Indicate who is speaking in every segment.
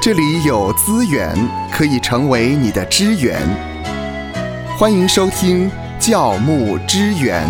Speaker 1: 这里有资源可以成为你的支援。欢迎收听教牧支援。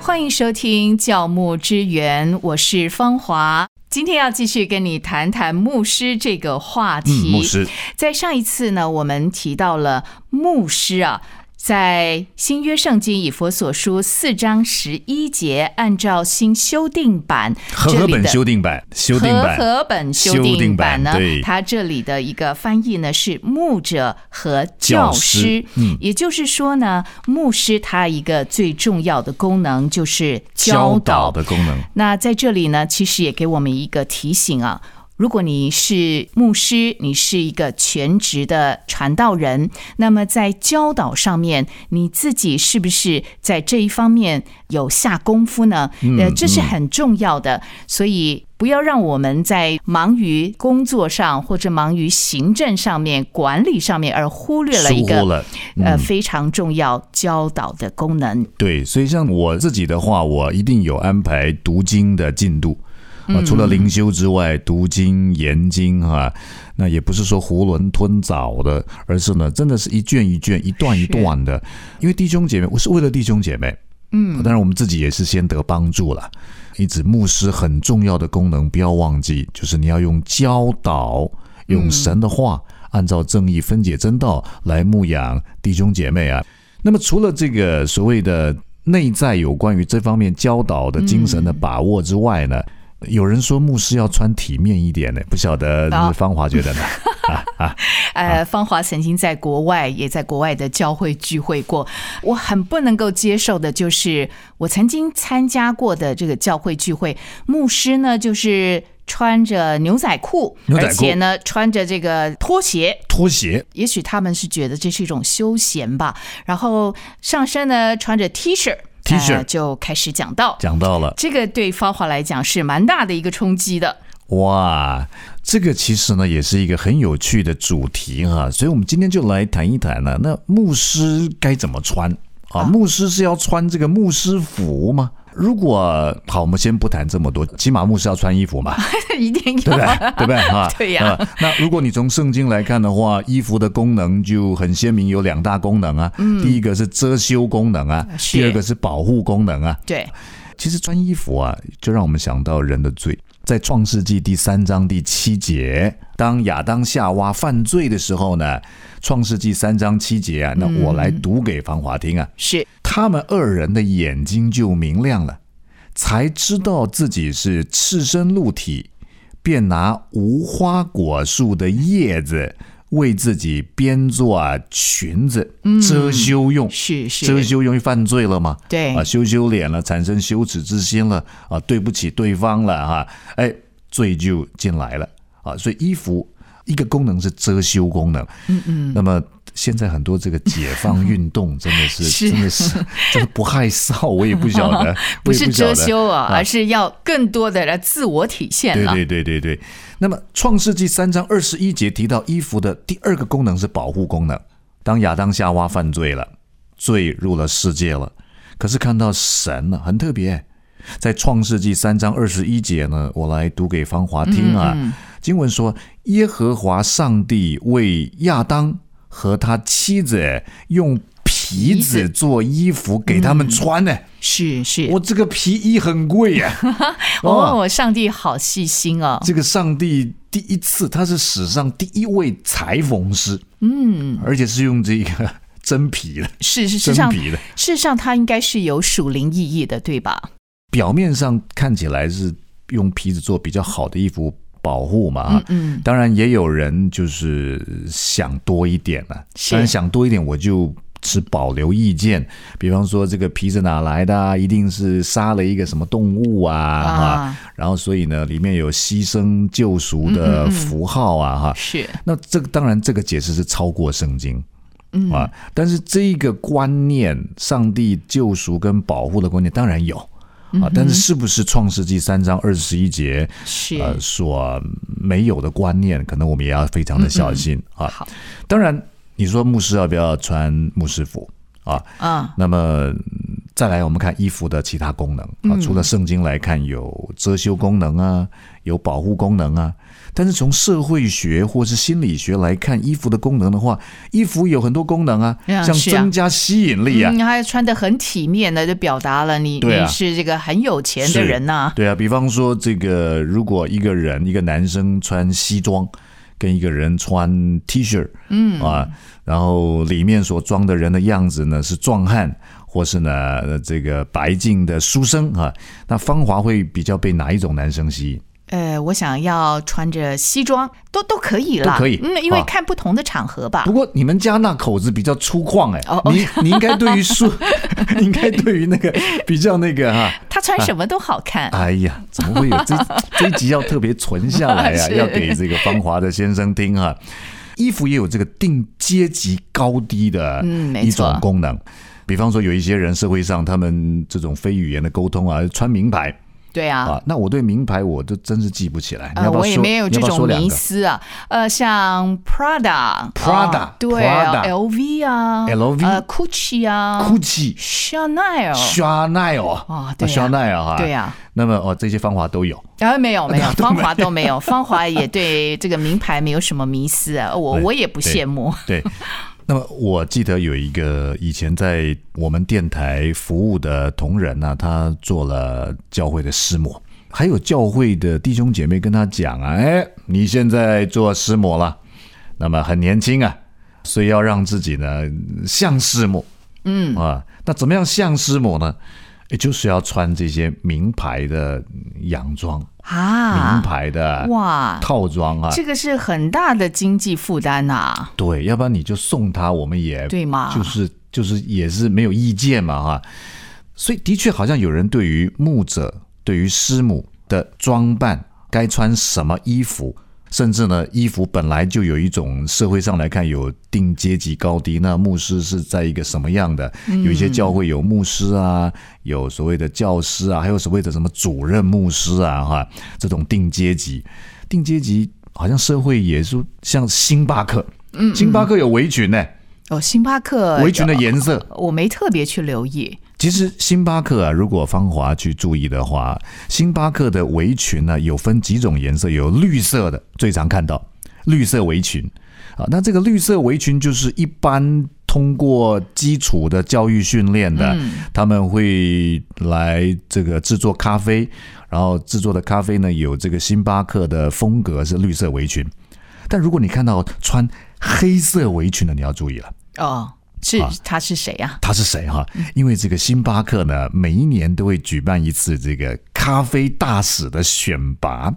Speaker 2: 欢迎收听教牧支援，我是芳华。今天要继续跟你谈谈牧师这个话题。
Speaker 3: 嗯，牧师，
Speaker 2: 在上一次呢，我们提到了牧师啊，在新约圣经以佛所书四章十一节，按照新修订版
Speaker 3: 和
Speaker 2: 这
Speaker 3: 合
Speaker 2: 里
Speaker 3: 本
Speaker 2: 的
Speaker 3: 修订版，修订版，
Speaker 2: 和合本修
Speaker 3: 修
Speaker 2: 订
Speaker 3: 订
Speaker 2: 版
Speaker 3: 版
Speaker 2: 呢
Speaker 3: 对，
Speaker 2: 它这里的一个翻译呢是牧者和教
Speaker 3: 教
Speaker 2: 师
Speaker 3: 师，嗯
Speaker 2: 也就是说呢，牧师他一个最重要的功能就是教
Speaker 3: 教
Speaker 2: 导
Speaker 3: 导的功能，
Speaker 2: 那在这里呢，其实也给我们一个提醒啊。如果你是牧师，你是一个全职的传道人，那么在教导上面，你自己是不是在这一方面有下功夫呢？
Speaker 3: 嗯
Speaker 2: 呃，这是很重要的，所以不要让我们在忙于工作上或者忙于行政上面、管理上面而忽略了一
Speaker 3: 疏
Speaker 2: 个
Speaker 3: 忽了。嗯
Speaker 2: 呃非常重要教导的功能。
Speaker 3: 对，所以像我自己的话，我一定有安排读经的进度。啊，
Speaker 2: 嗯
Speaker 3: 除了灵修之外，读经、研经哈、那也不是说囫囵吞枣的，而是呢，真的是一卷一卷、一段一段的。因为弟兄姐妹，我是为了弟兄姐妹，嗯，当然我们自己也是先得帮助了。因此，牧师很重要的功能，不要忘记，就是你要用教导，用神的话，按照正义分解真道来牧养弟兄姐妹啊。那么，除了这个所谓的内在有关于这方面教导的精神的把握之外呢，有人说牧师要穿体面一点呢，不晓得
Speaker 2: 啊
Speaker 3: 芳华觉得呢？
Speaker 2: 呃，芳华曾经在国外，也在国外的教会聚会过。我很不能够接受的就是，我曾经参加过的这个教会聚会，牧师呢就是穿着牛仔裤，
Speaker 3: 牛仔裤
Speaker 2: 而且呢穿着这个拖鞋。
Speaker 3: 拖鞋
Speaker 2: 也许他们是觉得这是一种休闲吧。然后上身呢穿着 T 恤
Speaker 3: T 恤
Speaker 2: 呃就开始讲道。
Speaker 3: 讲到了，
Speaker 2: 这个对芳华来讲是蛮大的一个冲击的。
Speaker 3: 哇，这个其实呢也是一个很有趣的主题哈、所以我们今天就来谈一谈呢、那牧师该怎么穿啊？牧师是要穿这个牧师服吗？如果好，我们先不谈这么多，起码牧师要穿衣服 嘛，
Speaker 2: 一定
Speaker 3: 对
Speaker 2: 要
Speaker 3: 不对？对不对啊？
Speaker 2: 对呀
Speaker 3: 呃那如果你从圣经来看的话，衣服的功能就很鲜明，有两大功能啊。第一个是遮羞功能啊，
Speaker 2: 嗯是
Speaker 3: 第二个是保护功能啊。
Speaker 2: 对，
Speaker 3: 其实穿衣服啊，就让我们想到人的罪。在创世纪第三章第七节，当亚当夏娃犯罪的时候呢，创世纪三章七节啊，那我来读给芳华听啊。
Speaker 2: 是
Speaker 3: 他们二人的眼睛就明亮了，才知道自己是赤身露体，便拿无花果树的叶子为自己编做啊裙子遮羞用。
Speaker 2: 是是，
Speaker 3: 遮羞用于犯罪了嘛？
Speaker 2: 对
Speaker 3: 啊，羞羞脸了，产生羞耻之心了啊，对不起对方了哈、哎，罪就进来了啊，所以衣服一个功能是遮羞功能，嗯嗯，那么。现在很多这个解放运动真的是
Speaker 2: 是
Speaker 3: 真的是真的不害臊，我也不晓得，我 也
Speaker 2: 不
Speaker 3: 不
Speaker 2: 是
Speaker 3: 晓
Speaker 2: 遮
Speaker 3: 得
Speaker 2: 羞啊，而是要更多的来自我体现啊了。
Speaker 3: 对对对对对。那么《创世纪》三章二十一节提到衣服的第二个功能是保护功能。当亚当夏娃犯罪了，罪入了世界了，可是看到神呢，很特别。在《创世纪》三章二十一节呢，我来读给芳华听啊。
Speaker 2: 嗯
Speaker 3: 经文说：“耶和华上帝为亚当和他妻子用皮
Speaker 2: 皮子嗯
Speaker 3: 子做衣服给他们穿呢、
Speaker 2: 是是
Speaker 3: 我这个皮衣很贵啊呀、
Speaker 2: 哦，上帝好细心哦，
Speaker 3: 这个上帝第一次，他是史上第一位裁缝师，嗯，而且是用这个真皮 的，
Speaker 2: 是是，事实
Speaker 3: 真
Speaker 2: 上，
Speaker 3: 皮的，
Speaker 2: 事实上它应该是有属灵意义的，对吧？
Speaker 3: 表面上看起来是用皮子做比较好的衣服保护嘛，啊，
Speaker 2: 嗯，
Speaker 3: 当然也有人就是想多一点了、
Speaker 2: 是
Speaker 3: 当然想多一点我就。持保留意见，比方说这个皮子哪来的、啊？一定是杀了一个什么动物啊？啊
Speaker 2: 啊，
Speaker 3: 然后所以呢，里面有牺牲救赎
Speaker 2: 嗯
Speaker 3: 的符号啊，哈、
Speaker 2: 是
Speaker 3: 那这个当然，这个解释是超过圣经，嗯啊，但是这个观念，上帝救赎跟保护的观念当然有啊，但是是不是创世纪三章二十一节
Speaker 2: 是，啊
Speaker 3: 呃所没有的观念，可能我们也要非常的小心啊。
Speaker 2: 好，
Speaker 3: 当然，你说牧师要不要穿牧师服啊？
Speaker 2: 嗯，
Speaker 3: 那么嗯再来，我们看衣服的其他功能啊，除了圣经来看，有遮羞功能啊，有保护功能啊。但是从社会学或是心理学来看衣服的功能的话，衣服有很多功能啊，
Speaker 2: 嗯
Speaker 3: 像
Speaker 2: 是啊
Speaker 3: 增加吸引力啊
Speaker 2: 嗯，，还穿的很体面的，就表达了你、
Speaker 3: 对啊
Speaker 2: 你是这个很有钱的
Speaker 3: 是
Speaker 2: 人呐、
Speaker 3: 对啊，比方说这个，如果一个人一个男生穿西装，跟一个人穿 T 恤，嗯啊，然后里面所装的人的样子呢是壮汉，或是呢呃这个白净的书生啊，那芳华会比较被哪一种男生吸引？
Speaker 2: 呃，我想要穿着西装都都可以啦，
Speaker 3: 都可以
Speaker 2: 嗯，因为
Speaker 3: 啊
Speaker 2: 看不同的场合吧
Speaker 3: 不。过你们家那口子比较粗犷哎、
Speaker 2: 哦哦
Speaker 3: 你你应该对于书， 你应该对于那个比较那个哈、
Speaker 2: 他穿
Speaker 3: 啊
Speaker 2: 什么都好看，
Speaker 3: 哎呀，怎么会有这这一集要特别存下来 啊？
Speaker 2: 是
Speaker 3: 要给这个芳华的先生听啊。衣服也有这个定阶级高低的
Speaker 2: 嗯没错
Speaker 3: 一种功能，比方说有一些人社会上他们这种非语言的沟通啊，穿名牌
Speaker 2: 对啊。
Speaker 3: 啊，那我对名牌我都真是记不起来。你
Speaker 2: 呃，
Speaker 3: 要不要
Speaker 2: 我也
Speaker 3: 说？
Speaker 2: 没有
Speaker 3: 你
Speaker 2: 这
Speaker 3: 要不
Speaker 2: 种
Speaker 3: 要说两
Speaker 2: 迷
Speaker 3: 个
Speaker 2: 思啊，呃，像 Prada、
Speaker 3: Prada，
Speaker 2: 啊对啊
Speaker 3: Prada
Speaker 2: ，LV 啊
Speaker 3: LV
Speaker 2: 呃，Gucci 啊
Speaker 3: ？Gucci、
Speaker 2: ，Chanel，
Speaker 3: Chanel 啊
Speaker 2: 哦对啊
Speaker 3: ，Chanel 啊，
Speaker 2: 对啊，
Speaker 3: 那么哦，这些芳华都有。
Speaker 2: 啊，没有没 有，芳华都没有，芳华也对这个名牌没有什么迷思啊，我
Speaker 3: 对
Speaker 2: 我也不羡 慕。
Speaker 3: 对，那么我记得有一个以前在我们电台服务的同仁呢、他做了教会的师母，还有教会的弟兄姐妹跟他讲啊，哎，你现在做师母了，那么很年轻啊，所以要让自己呢像师母，嗯啊，那怎么样像师母呢？也就是要穿这些名牌的洋装、
Speaker 2: 啊，
Speaker 3: 名牌的
Speaker 2: 哇，
Speaker 3: 套装啊，
Speaker 2: 这个是很大的经济负担呐、
Speaker 3: 对，要不然你就送他，我们也
Speaker 2: 对嘛
Speaker 3: 就是就是也是没有意见嘛哈。所以的确好像有人对于牧者、对于师母的装扮该穿什么衣服，甚至呢衣服本来就有一种社会上来看有定阶级高低，那牧师是在一个什么样的？有一些教会有牧师啊，有所谓的教师啊，还有所谓的什么主任牧师啊哈，这种定阶级，定阶级。好像社会也是像星巴克，星巴克有围裙呢、
Speaker 2: 哦，星巴克
Speaker 3: 围裙的颜色。
Speaker 2: 我没特别去留意，
Speaker 3: 其实星巴克啊，如果芳华去注意的话，星巴克的围裙呢、有分几种颜色，有绿色的最常看到，绿色围裙啊。那这个绿色围裙就是一般通过基础的教育训练的，他们会来这个制作咖啡，然后制作的咖啡呢有这个星巴克的风格是绿色围裙。但如果你看到穿黑色围裙的，你要注意了。
Speaker 2: 哦，是、
Speaker 3: 啊
Speaker 2: 他是谁呀、
Speaker 3: 他是谁哈？因为这个星巴克呢，每一年都会举办一次这个咖啡大使的选拔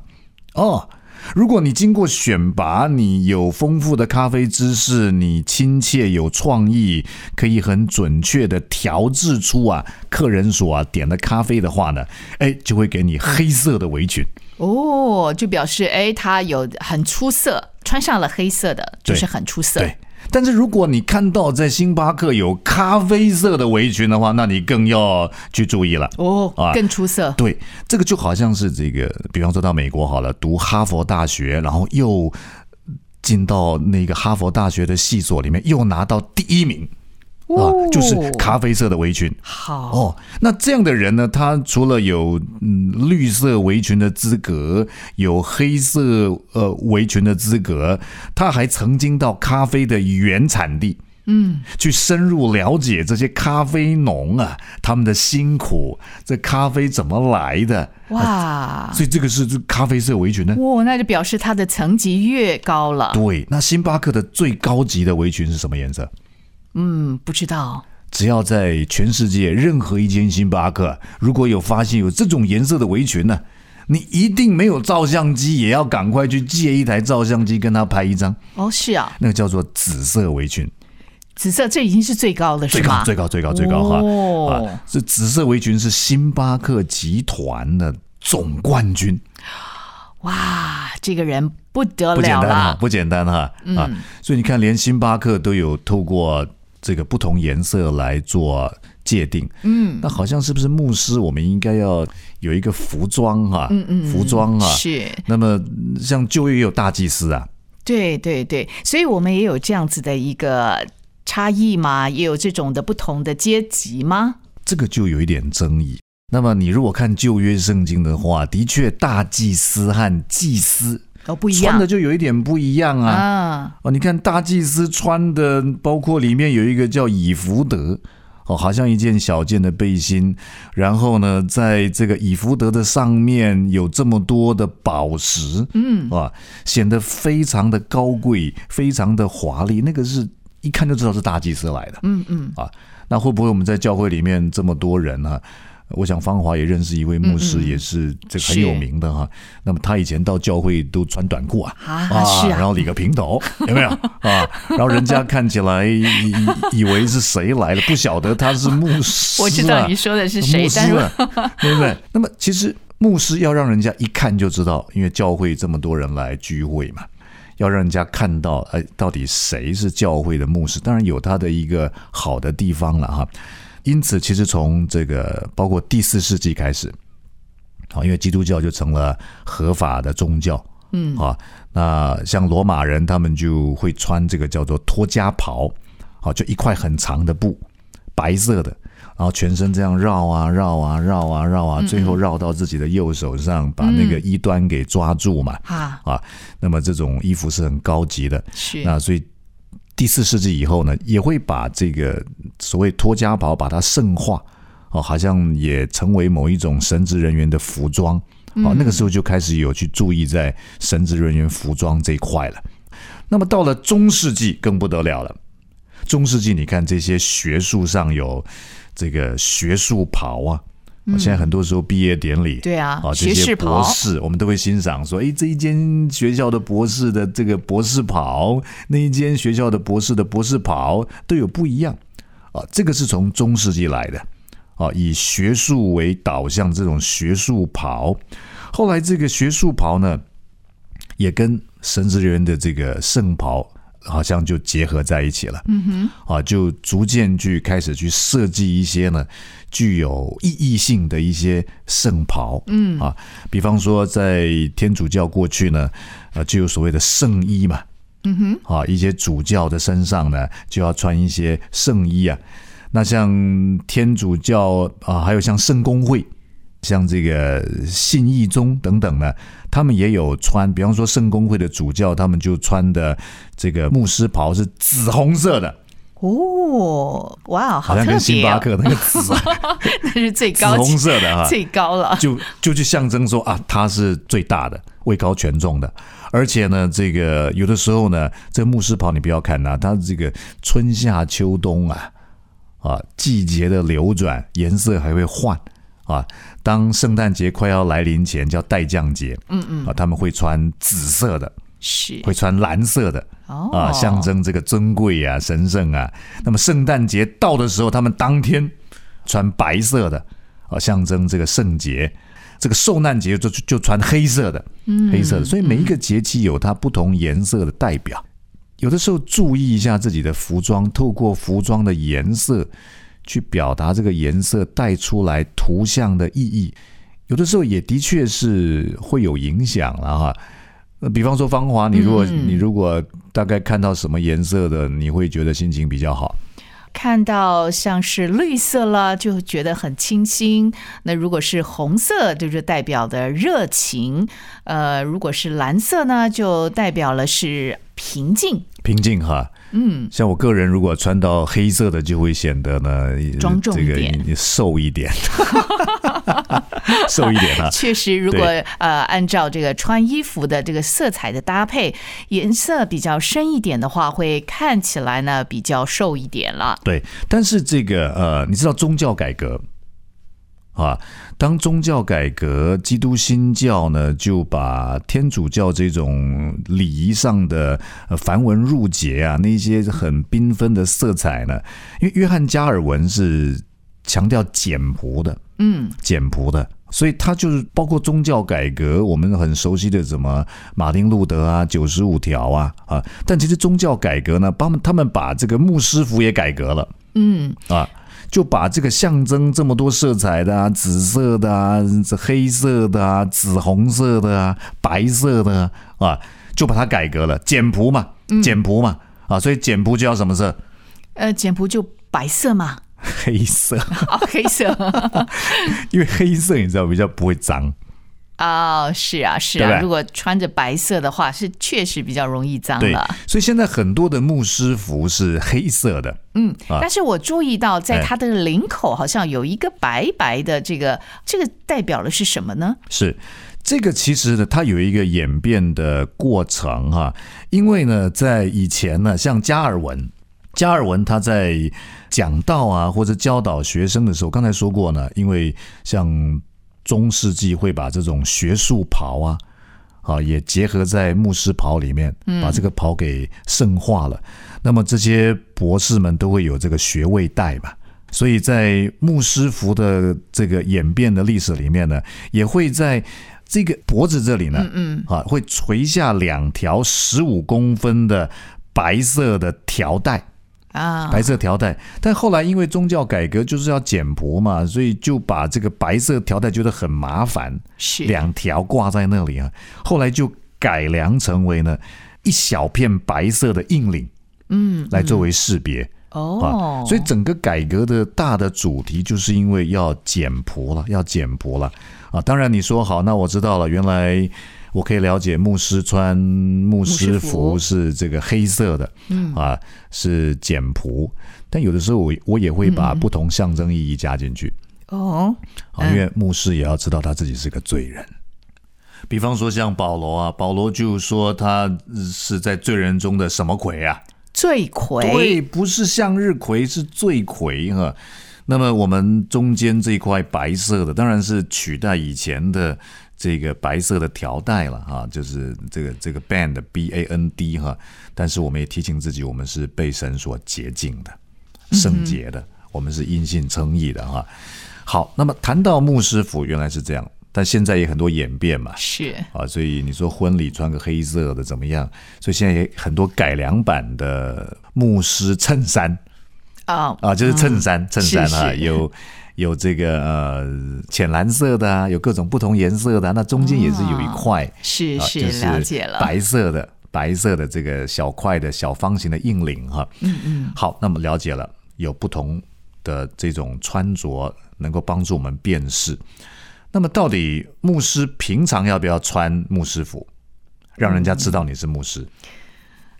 Speaker 3: 哦。如果你经过选拔，你有丰富的咖啡知识，你亲切有创意，可以很准确的调制出啊客人所、啊、点的咖啡的话呢，哎，就会给你黑色的围裙。
Speaker 2: 哦，就表示哎，他有很出色，穿上了黑色的，
Speaker 3: 对
Speaker 2: 就是很出色。
Speaker 3: 对，但是如果你看到在星巴克有咖啡色的围裙的话，那你更要去注意了。
Speaker 2: 哦
Speaker 3: 啊，
Speaker 2: 更出色。
Speaker 3: 对，这个就好像是这个，比方说到美国好了，读哈佛大学，然后又进到那个哈佛大学的系所里面，又拿到第一名啊，就是
Speaker 2: 哦
Speaker 3: 咖啡色的围裙。
Speaker 2: 好
Speaker 3: 哦，那这样的人呢，他除了有嗯绿色围裙的资格，有黑色呃围裙的资格，他还曾经到咖啡的原产地。嗯，去深入了解这些咖啡农啊，他们的辛苦，这咖啡怎么来的？
Speaker 2: 哇，
Speaker 3: 所以这个是这咖啡色围裙呢？
Speaker 2: 哇，那就表示他的层级越高了。
Speaker 3: 对，那星巴克的最高级的围裙是什么颜色？
Speaker 2: 嗯，不知道
Speaker 3: 只要在全世界任何一间星巴克，如果有发现有这种颜色的围裙呢、你一定没有照相机，也要赶快去借一台照相机跟他拍一张。
Speaker 2: 哦，是啊，
Speaker 3: 那个叫做紫色围裙，
Speaker 2: 紫色这已经是最高了，
Speaker 3: 最
Speaker 2: 是
Speaker 3: 高
Speaker 2: 吗？
Speaker 3: 最高最高最高哈、
Speaker 2: 哦
Speaker 3: 啊！这紫色围裙是星巴克集团的总冠军，
Speaker 2: 哇，这个人不得
Speaker 3: 不简
Speaker 2: 了嗯
Speaker 3: 单哈
Speaker 2: 了，。
Speaker 3: 不简单哈、啊！所以你看，连星巴克都有透过这个不同颜色来做界定。嗯，那好像是不是牧师？我们应该要有一个服装哈、嗯嗯，服装啊。
Speaker 2: 是，
Speaker 3: 那么嗯像旧约也有大祭司啊，
Speaker 2: 对对对，所以我们也有这样子的一个差异吗？也有这种的不同的阶级吗？
Speaker 3: 这个就有一点争议。那么你如果看旧约圣经的话，的确大祭司和祭司
Speaker 2: 哦，不一
Speaker 3: 穿的
Speaker 2: 样
Speaker 3: 就有一点不一样啊。
Speaker 2: 啊，
Speaker 3: 哦，你看大祭司穿的，包括里面有一个叫以福德，哦，好像一件小件的背心。然后呢，在这个以福德的上面有这么多的宝石，嗯，啊，显得非常的高贵，非常的华丽。那个是一看就知道是大祭司来的，嗯嗯，啊，那会不会我们在教会里面这么多人啊？我想芳华也认识一位牧师，也是这个很
Speaker 2: 嗯是
Speaker 3: 有名的哈。那么他以前到教会都穿短裤啊，
Speaker 2: 啊是啊
Speaker 3: 然后理个平头，有没有啊？然后人家看起来以以以为是谁来了，不晓得他是牧师、啊。啊
Speaker 2: 我知道你说的是谁
Speaker 3: 牧，师
Speaker 2: 但是
Speaker 3: 了， 对不对？那么其实牧师要让人家一看就知道，因为教会这么多人来聚会嘛，要让人家看到，哎，到底谁是教会的牧师？当然有他的一个好的地方了哈。因此，其实从这个包括第四世纪开始，啊，因为基督教就成了合法的宗教。嗯啊，那像罗马人他们就会穿这个叫做托加袍，好，就一块很长的布，白色的，然后全身这样绕啊绕啊绕啊绕啊，最后绕到自己的右手上，把那个衣端给抓住嘛。
Speaker 2: 啊
Speaker 3: 啊，那么这种衣服是很高级的，
Speaker 2: 是
Speaker 3: 那所以第四世纪以后呢，也会把这个所谓托家袍把它圣化，哦，好像也成为某一种神职人员的服装。
Speaker 2: 嗯
Speaker 3: 哦，那个时候就开始有去注意在神职人员服装这一块了。那么到了中世纪更不得了了，中世纪你看这些学术上有这个学术袍啊，哦现在很多时候毕业典礼，
Speaker 2: 嗯对啊
Speaker 3: 啊，，这
Speaker 2: 学士
Speaker 3: 些博
Speaker 2: 袍
Speaker 3: 士，我们都会欣赏说，诶，这一间学校的博士的这个博士袍，那一间学校的博士的博士袍都有不一样啊。这个是从中世纪来的啊，以学术为导向这种学术袍，后来这个学术袍呢，也跟神职人员的这个圣袍。好像就结合在一起了，嗯哼，啊，就逐渐去开始去设计一些呢具有意义性的一些圣袍，嗯啊，比方说在天主教过去呢，呃，就有所谓的圣衣嘛，嗯哼，啊，一些主教的身上呢就要穿一些圣衣啊。那像天主教啊，还有像圣公会，像这个信义宗等等呢，他们也有穿，比方说圣公会的主教，他们就穿的这个牧师袍是紫红色的，
Speaker 2: 哦，哇，
Speaker 3: 好
Speaker 2: 好
Speaker 3: 像
Speaker 2: 特
Speaker 3: 跟星
Speaker 2: 别
Speaker 3: 巴
Speaker 2: 哦，
Speaker 3: 克那个紫
Speaker 2: 那是最
Speaker 3: 紫
Speaker 2: 高级
Speaker 3: 红色的啊，
Speaker 2: 最高 了，
Speaker 3: 就就去象征说啊，他是最大的，位高权重的。而且呢，这个有的时候呢，这牧师袍你不要看呐、它这个春夏秋冬啊，啊，季节的流转，颜色还会换啊。当圣诞节快要来临前，叫带酱节，嗯嗯，啊，他们会穿紫色的，
Speaker 2: 是
Speaker 3: 会穿蓝色的，
Speaker 2: 哦
Speaker 3: 啊，象征这个尊贵啊、神圣啊。那么圣诞节到的时候，他们当天穿白色的，啊，象征这个圣洁。这个受难节就就就穿黑色的，黑色的。所以每一个节气有它不同颜色的代表。有的时候注意一下自己的服装，透过服装的颜色去表达这个颜色带出来图像的意义。有的时候也的确是会有影响了哈。呃，比方说芳华，你如果、你如果大概看到什么颜色的，你会觉得心情比较好。
Speaker 2: 看到像是绿色啦，就觉得很清新。那如果是红色，就是代表的热情；呃，如果是蓝色呢，就代表了是平静。
Speaker 3: 平静哈，嗯，像我个人如果穿到黑色的，就会显得呢
Speaker 2: 庄重一点
Speaker 3: 这个瘦一点， 瘦一点 啊。
Speaker 2: 确实，如果
Speaker 3: 对
Speaker 2: 呃按照这个穿衣服的这个色彩的搭配，颜色比较深一点的话，会看起来呢比较瘦一点了。
Speaker 3: 对，但是这个呃，你知道宗教改革啊，当宗教改革，基督新教呢就把天主教这种礼仪上的呃繁文缛节啊，那些很缤纷的色彩呢，因为约翰加尔文是强调简朴的，嗯，简朴的。所以他就是包括宗教改革，我们很熟悉的什么马丁路德啊、九十五条啊啊，但其实宗教改革呢，他们他们把这个牧师服也改革了，嗯啊，就把这个象征这么多色彩的啊，紫色的啊、黑色的啊、紫红色的啊、白色的啊，啊就把它改革了，简朴嘛，简朴嘛，啊，所以简朴就要什么色？
Speaker 2: 呃，简朴就白色嘛，
Speaker 3: 黑色，
Speaker 2: 哦，黑 色
Speaker 3: 因为黑色你知道比较不会脏。
Speaker 2: 哦，是啊，是
Speaker 3: 对不
Speaker 2: 啊。
Speaker 3: 对
Speaker 2: 如果穿着白色的话，是确实比较容易脏
Speaker 3: 对
Speaker 2: 了。，
Speaker 3: 所以现在很多的牧师服是黑色的，
Speaker 2: 嗯，
Speaker 3: 啊
Speaker 2: 但是我注意到，在
Speaker 3: 哎
Speaker 2: 他的领口好像有一个白白的，这个这个代表了是什么呢？
Speaker 3: 是这个其实呢，它有一个演变的过程哈、因为呢，在以前呢，像加尔文，加尔文他在讲道啊或者教导学生的时候，刚才说过呢，因为像中世纪会把这种学术袍啊。啊，也结合在牧师袍里面，把这个袍给圣化了。那么这些博士们都会有这个学位带嘛，所以在牧师服的这个演变的历史里面呢，也会在这个脖子这里呢，嗯啊，会垂下两条十五公分的白色的条带，
Speaker 2: 啊，
Speaker 3: 白色条带。但后来因为宗教改革就是要简朴嘛，所以就把这个白色条带觉得很麻烦，
Speaker 2: 是
Speaker 3: 两条挂在那里啊，后来就改良成为呢一小片白色的硬领，嗯，来作为识别。
Speaker 2: 哦，
Speaker 3: 啊所以整个改革的大的主题，就是因为要简朴了，要简朴了啊！当然你说好，那我知道了，原来我可以了解牧师穿牧师
Speaker 2: 牧师服
Speaker 3: 服是这个黑色的，嗯啊是简朴，但有的时候我我也会把不同象征意义加进去。
Speaker 2: 哦，
Speaker 3: 啊，因为牧师也要知道他自己是个罪人。比方说像保罗啊，保罗就说他是在罪人中的什么鬼啊？
Speaker 2: 罪魁
Speaker 3: 对，不是向日葵，是罪魁哈。那么我们中间这块白色的，当然是取代以前的这个白色的条带了哈，就是这个这个 band b a n d 哈。但是我们也提醒自己，我们是被神所洁净的、圣洁的，我们是因信称义的哈。好，那么谈到牧师服，原来是这样，但现在也很多演变嘛，
Speaker 2: 是
Speaker 3: 啊，所以你说婚礼穿个黑色的怎么样？所以现在也很多改良版的牧师衬衫
Speaker 2: 啊，
Speaker 3: 啊，就是衬衫，衬衫啊，
Speaker 2: 是是
Speaker 3: 有有这个呃浅蓝色的啊，有各种不同颜色的啊、那中间也是有一块，
Speaker 2: 是
Speaker 3: 啊，
Speaker 2: 是
Speaker 3: 就是
Speaker 2: 了解了，
Speaker 3: 白色的白色的这个小块的小方形的硬领哈。嗯嗯。好，那么了解了，有不同的这种穿着能够帮助我们辨识。那么到底牧师平常要不要穿牧师服，让人家知道你是牧师？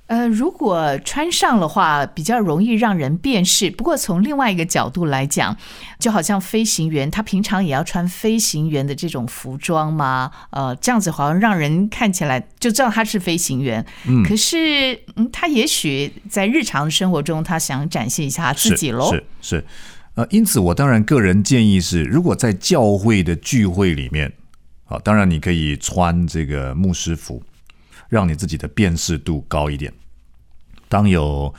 Speaker 2: 呃，如果穿上的话，比较容易让人辨识。不过从另外一个角度来讲，就好像飞行员，他平常也要穿飞行员的这种服装嘛，呃，这样子好像让人看起来就知道他是飞行员。嗯，可是、嗯、他也许在日常生活中，他想展现一下他自己喽。
Speaker 3: 是是是，呃，因此我当然个人建议是，如果在教会的聚会里面，啊，当然你可以穿这个牧师服，让你自己的辨识度高一点。当有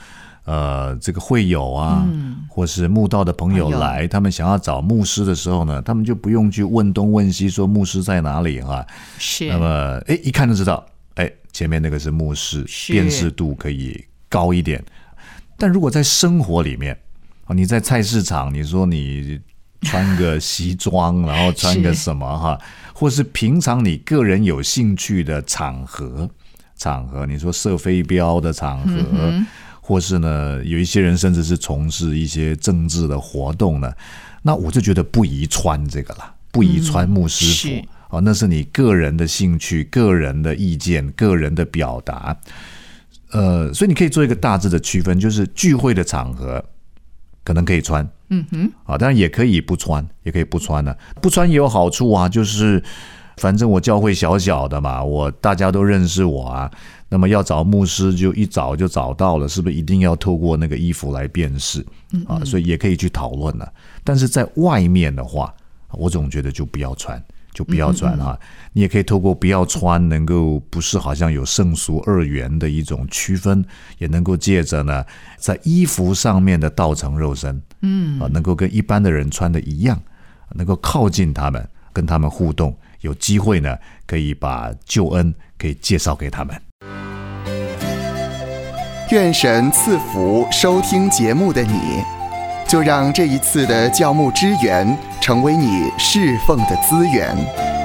Speaker 3: 呃这个会友啊，或是慕道的朋友
Speaker 2: 嗯朋友
Speaker 3: 来，他们想要找牧师的时候呢，他们就不用去问东问西，说牧师在哪里啊。
Speaker 2: 是
Speaker 3: 那么，哎，一看就知道，哎，前面那个是牧师，
Speaker 2: 是
Speaker 3: 辨识度可以高一点。但如果在生活里面，啊，你在菜市场，你说你穿个西装，然后穿个
Speaker 2: 是
Speaker 3: 什么哈，或是平常你个人有兴趣的场合，场合，你说射飞镖的场合。
Speaker 2: 嗯
Speaker 3: 或是呢，有一些人甚至是从事一些政治的活动呢，那我就觉得不宜穿这个了，不宜穿牧师服。
Speaker 2: 是
Speaker 3: 哦，那嗯是你个人的兴趣、个人的意见、个人的表达。呃，所以你可以做一个大致的区分，就是聚会的场合可能可以穿，嗯哼，啊，当然也可以不穿，也可以不穿呢、啊不穿也有好处啊，就是反正我教会小小的嘛，我大家都认识我啊，那么要找牧师就一找就找到了，是不是一定要透过那个衣服来辨识啊？所以也可以去讨论了、但是在外面的话，我总觉得就不要穿，就不要穿哈、你也可以透过不要穿，能够不是好像有圣俗二元的一种区分，也能够借着呢，在衣服上面的道成肉身，嗯啊，能够跟一般的人穿的一样，能够靠近他们，跟他们互动，有机会呢，可以把救恩可以介绍给他们。
Speaker 1: 愿神赐福收听节目的你，就让这一次的教牧支援成为你侍奉的资源。